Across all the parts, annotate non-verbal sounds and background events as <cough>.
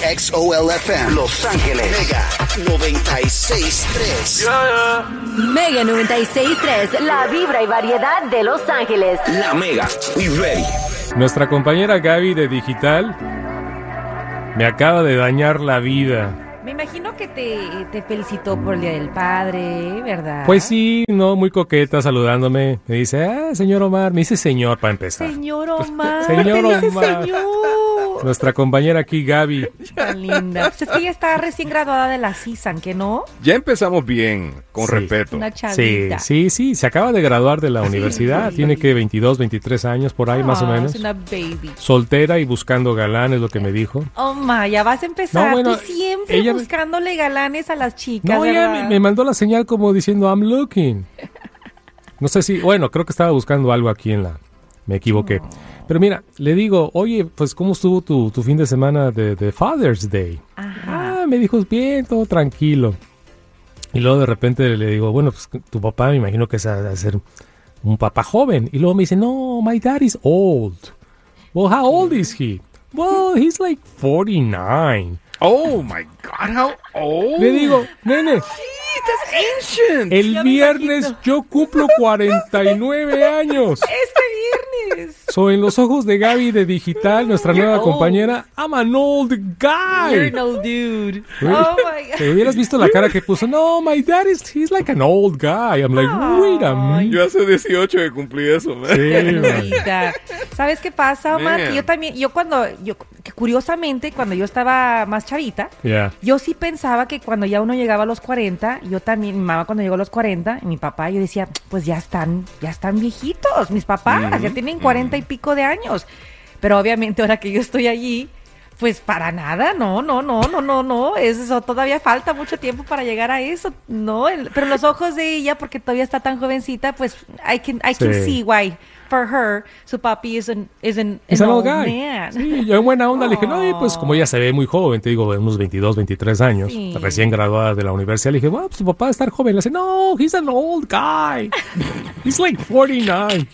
XOLFM Los Ángeles Mega 963 Mega 96.3, la vibra y variedad de Los Ángeles. La Mega We ready Nuestra compañera Gaby de Digital me acaba de dañar la vida. Me imagino que te, te felicitó por el Día del Padre, ¿verdad? Pues sí, no, muy coqueta saludándome. Me dice, ah, señor Omar. Me dice señor para empezar. Señor Omar. Pues, <laughs> Señor te dice Omar. Señor. Nuestra compañera aquí, Gaby. Tan linda. Pues es que ella está recién graduada de la CISAN, ¿que no? Ya empezamos bien, con Sí. respeto. Una Sí, chavita. sí, sí, se acaba de graduar de la universidad. Tiene que 22, 23 años por ahí más o Ah, menos. Es una baby. Soltera y buscando galán es lo que me dijo. Oma, ya vas a empezar. No, bueno, Tú siempre ella me- buscándole galanes a las chicas. No, ella ¿verdad? me, me mandó la señal como diciendo I'm looking. No sé si, bueno, creo que estaba buscando algo aquí en la... Me equivoqué. Pero mira, le digo, oye, pues ¿cómo estuvo tu, tu fin de semana de, de Father's Day? Ajá. Ah, me dijo, bien, todo tranquilo. Y luego de repente le digo, bueno, pues tu papá me imagino que es a, a ser un papá joven. Y luego me dice, no, my dad is old. Well, how old is he? Well, he's like 49. Oh my God, how old. Le digo, eh, nene, That's ancient. El Ya me viernes imagino. yo cumplo 49 años. Este viernes. So, en los ojos de Gaby de Digital, nuestra You're nueva old. compañera, I'm an old Oh. You're guy. an old dude. Uy, Oh my God. Te hubieras visto la cara que puso. No, my dad is, he's like an old guy. I'm like, wait a minute. Yo hace 18 que cumplí eso, man. Sí, man. Linda. ¿Sabes qué pasa, Omar? Que Man. yo también, yo cuando, yo, que curiosamente, cuando yo estaba más chavita, Yeah. yo sí pensaba que cuando ya uno llegaba a los 40, yo también, mi mamá cuando llegó a los 40, y mi papá, yo decía, pues ya están, ya están viejitos, mis papás, ya tienen 40 y Mm. pico de años. Pero obviamente ahora que yo estoy allí, pues para nada, no, no, no, no, no, no, es eso, todavía falta mucho tiempo para llegar a eso, no, el- pero los ojos de ella, porque todavía está tan jovencita, pues I can, I can Sí. see why, for her, su papi is an, is an, He's an an old old guy. man. Sí, yo en buena onda le dije, no, y pues como ella se ve muy joven, te digo, de unos 22, 23 años, Sí. recién graduada de la universidad, le dije, bueno, pues tu papá va a estar joven. Le dice, no, he's an old guy. He's like 49.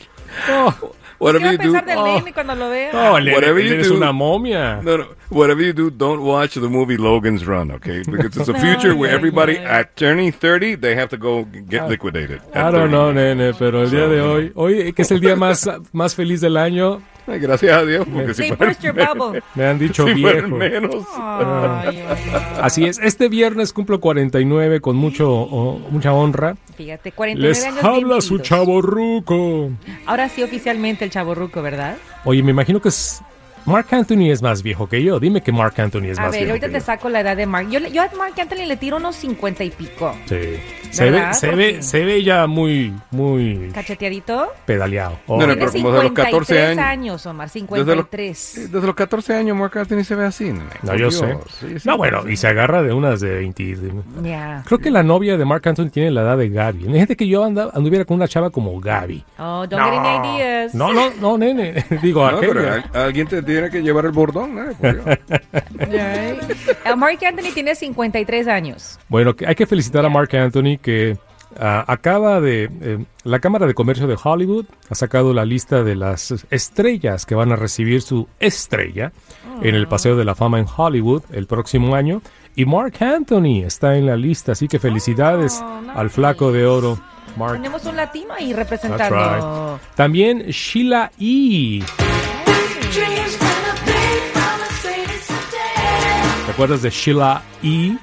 Oh, ¿Qué va Whatever a you do. pensar del nene cuando lo vea? no, le- Whatever you eres do. una momia. No, no. Whatever you do, don't watch the movie Logan's Run, okay? Because it's a <laughs> No, future where no, everybody no. at turning 30, they have to go get liquidated. at Ah, I don't know, 30. nene, pero el día de hoy, hoy que es el <laughs> día más, más feliz del año, Ay, gracias a Dios, porque si They fueran burst your bubble. me <laughs> han dicho si fueran viejo. menos. Ay, ay, Así es, este viernes cumplo 49 con mucho, oh, mucha honra. <laughs> Fíjate, 49 Les años. habla su limpitos. chavo ruco. Ahora sí, oficialmente el chavo ruco, ¿verdad? Oye, me imagino que es- Mark Anthony es más viejo que yo. Dime que Mark Anthony es a más ver, viejo. ahorita que te saco la edad de Mark. Yo, le- yo a Mark Anthony le tiro unos 50 y pico. yo. Sí. Se ve, ¿Verdad? se, ve, Porque- se ve ya muy, muy ¿Cacheteadito? pedaleado. No, no, Oye, Tiene pero como de los 14 53 años. años, Omar, Desde los, 53. desde los 14 años, Mark Anthony se ve así. nene. no, Por yo Dios. sé. Sí, sí. No, bueno, y se agarra de unas de 20. Ya. Creo que la novia de Mark Anthony tiene la edad de Gaby. Imagínate que yo anda- anduviera con una chava como Gaby. Oh, don't get any ideas. No, no, no, nene. <laughs> Digo, No, pero ¿eh? aquella. al- alguien te tiene que llevar el bordón, ¿eh? Por <laughs> Dios. Eh, Mark Anthony tiene 53 años. Bueno, que hay que felicitar a Mark Anthony que ah, acaba de... eh, la Cámara de Comercio de Hollywood ha sacado la lista de las estrellas que van a recibir su estrella en el Paseo de la Fama en Hollywood el próximo año. Y Mark Anthony está en la lista, así que felicidades Oh, nice. al flaco de oro, Mark. Tenemos un latino ahí That's representando. right. También Sheila E. ¿Te acuerdas de Sheila E?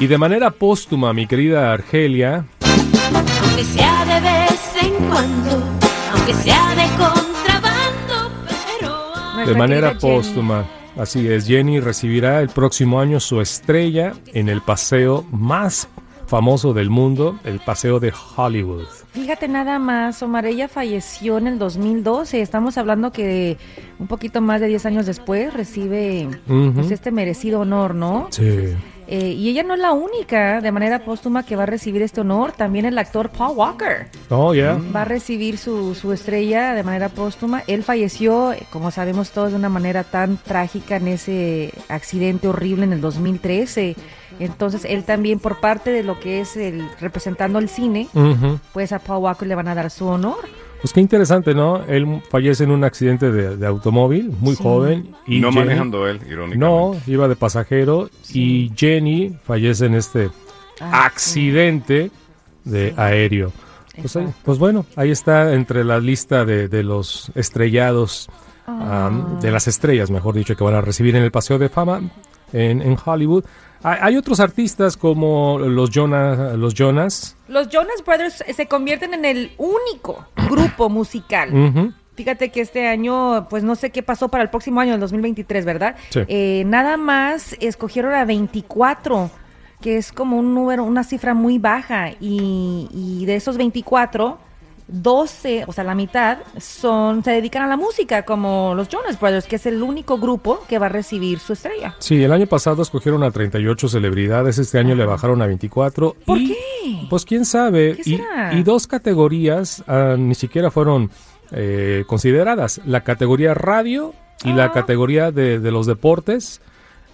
Y de manera póstuma, mi querida Argelia, Aunque sea de vez en cuando, aunque sea de contrabando, pero... De Nuestra manera Pues querida Jenny. póstuma. Así es, Jenny recibirá el próximo año su estrella en el paseo más famoso del mundo, el paseo de Hollywood. Fíjate nada más, Omar, ella falleció en el 2012. Estamos hablando que un poquito más de 10 años después recibe Ujú. pues, este merecido honor, ¿no? Sí. Eh, y ella no es la única de manera póstuma que va a recibir este honor. También el actor Paul Walker Oh, ya. va a recibir su, su estrella de manera póstuma. Él falleció, eh, como sabemos todos, de una manera tan trágica en ese accidente horrible en el 2013. Entonces, él también, por parte de lo que es el representando el cine, Ujú. pues a Paul Walker le van a dar su honor. Pues qué interesante, ¿no? Él fallece en un accidente de, de automóvil, muy joven. Y no Jenny- manejando él, irónicamente. No, iba de pasajero y Jenny fallece en este accidente de aéreo. Pues, ahí- Exacto. pues bueno, ahí está entre la lista de, de los estrellados, am, de las estrellas, mejor dicho, que van a recibir en el Paseo de Fama en, en Hollywood. Hay, hay otros artistas como los Jonas, los Jonas Los Jonas Brothers eh, se convierten en el único grupo musical. ujú, Fíjate que este año, pues no sé qué pasó para el próximo año, el 2023, ¿verdad? Sí. Eh, nada más escogieron a 24, que es como un número, una cifra muy baja. Y, y de esos 24, 12, o sea, la mitad, son se dedican a la música, como los Jonas Brothers, que es el único grupo que va a recibir su estrella. Sí, el año pasado escogieron a 38 celebridades, este año le bajaron a 24. Ah. ¿Por y, qué? Pues quién sabe. ¿Qué y, será? y dos categorías ah, ni siquiera fueron eh, consideradas: la categoría radio y Ah. la categoría de, de los deportes.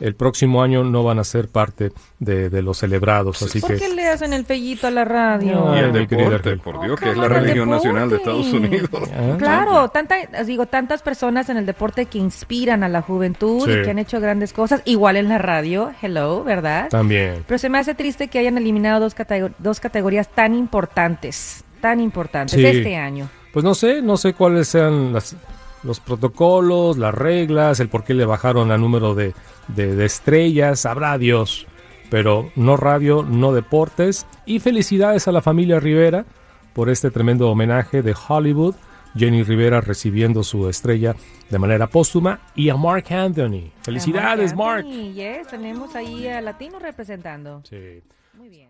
El próximo año no van a ser parte de, de los celebrados, así ¿Por que. qué le hacen el fellito a la radio? Y Ay, el mi querido deporte, Argel. por Oh, Dios, que es la cabrón, el religión nacional de deporte. Estados Unidos. Ah. Claro, tanta, os digo, tantas personas en el deporte que inspiran a la juventud Sí. y que han hecho grandes cosas, igual en la radio, hello, ¿verdad? También. Pero se me hace triste que hayan eliminado dos, catego- dos categorías tan importantes, tan importantes Sí. este año. Pues no sé, no sé cuáles sean las, los protocolos, las reglas, el por qué le bajaron al número de, de- de estrellas, sabrá Dios. Pero no radio, no deportes. Y felicidades a la familia Rivera por este tremendo homenaje de Hollywood. Jenny Rivera recibiendo su estrella de manera póstuma y a Mark Anthony. Felicidades, Amor, Mark. Anthony, yes, tenemos ahí a Latino representando. Sí. Muy bien.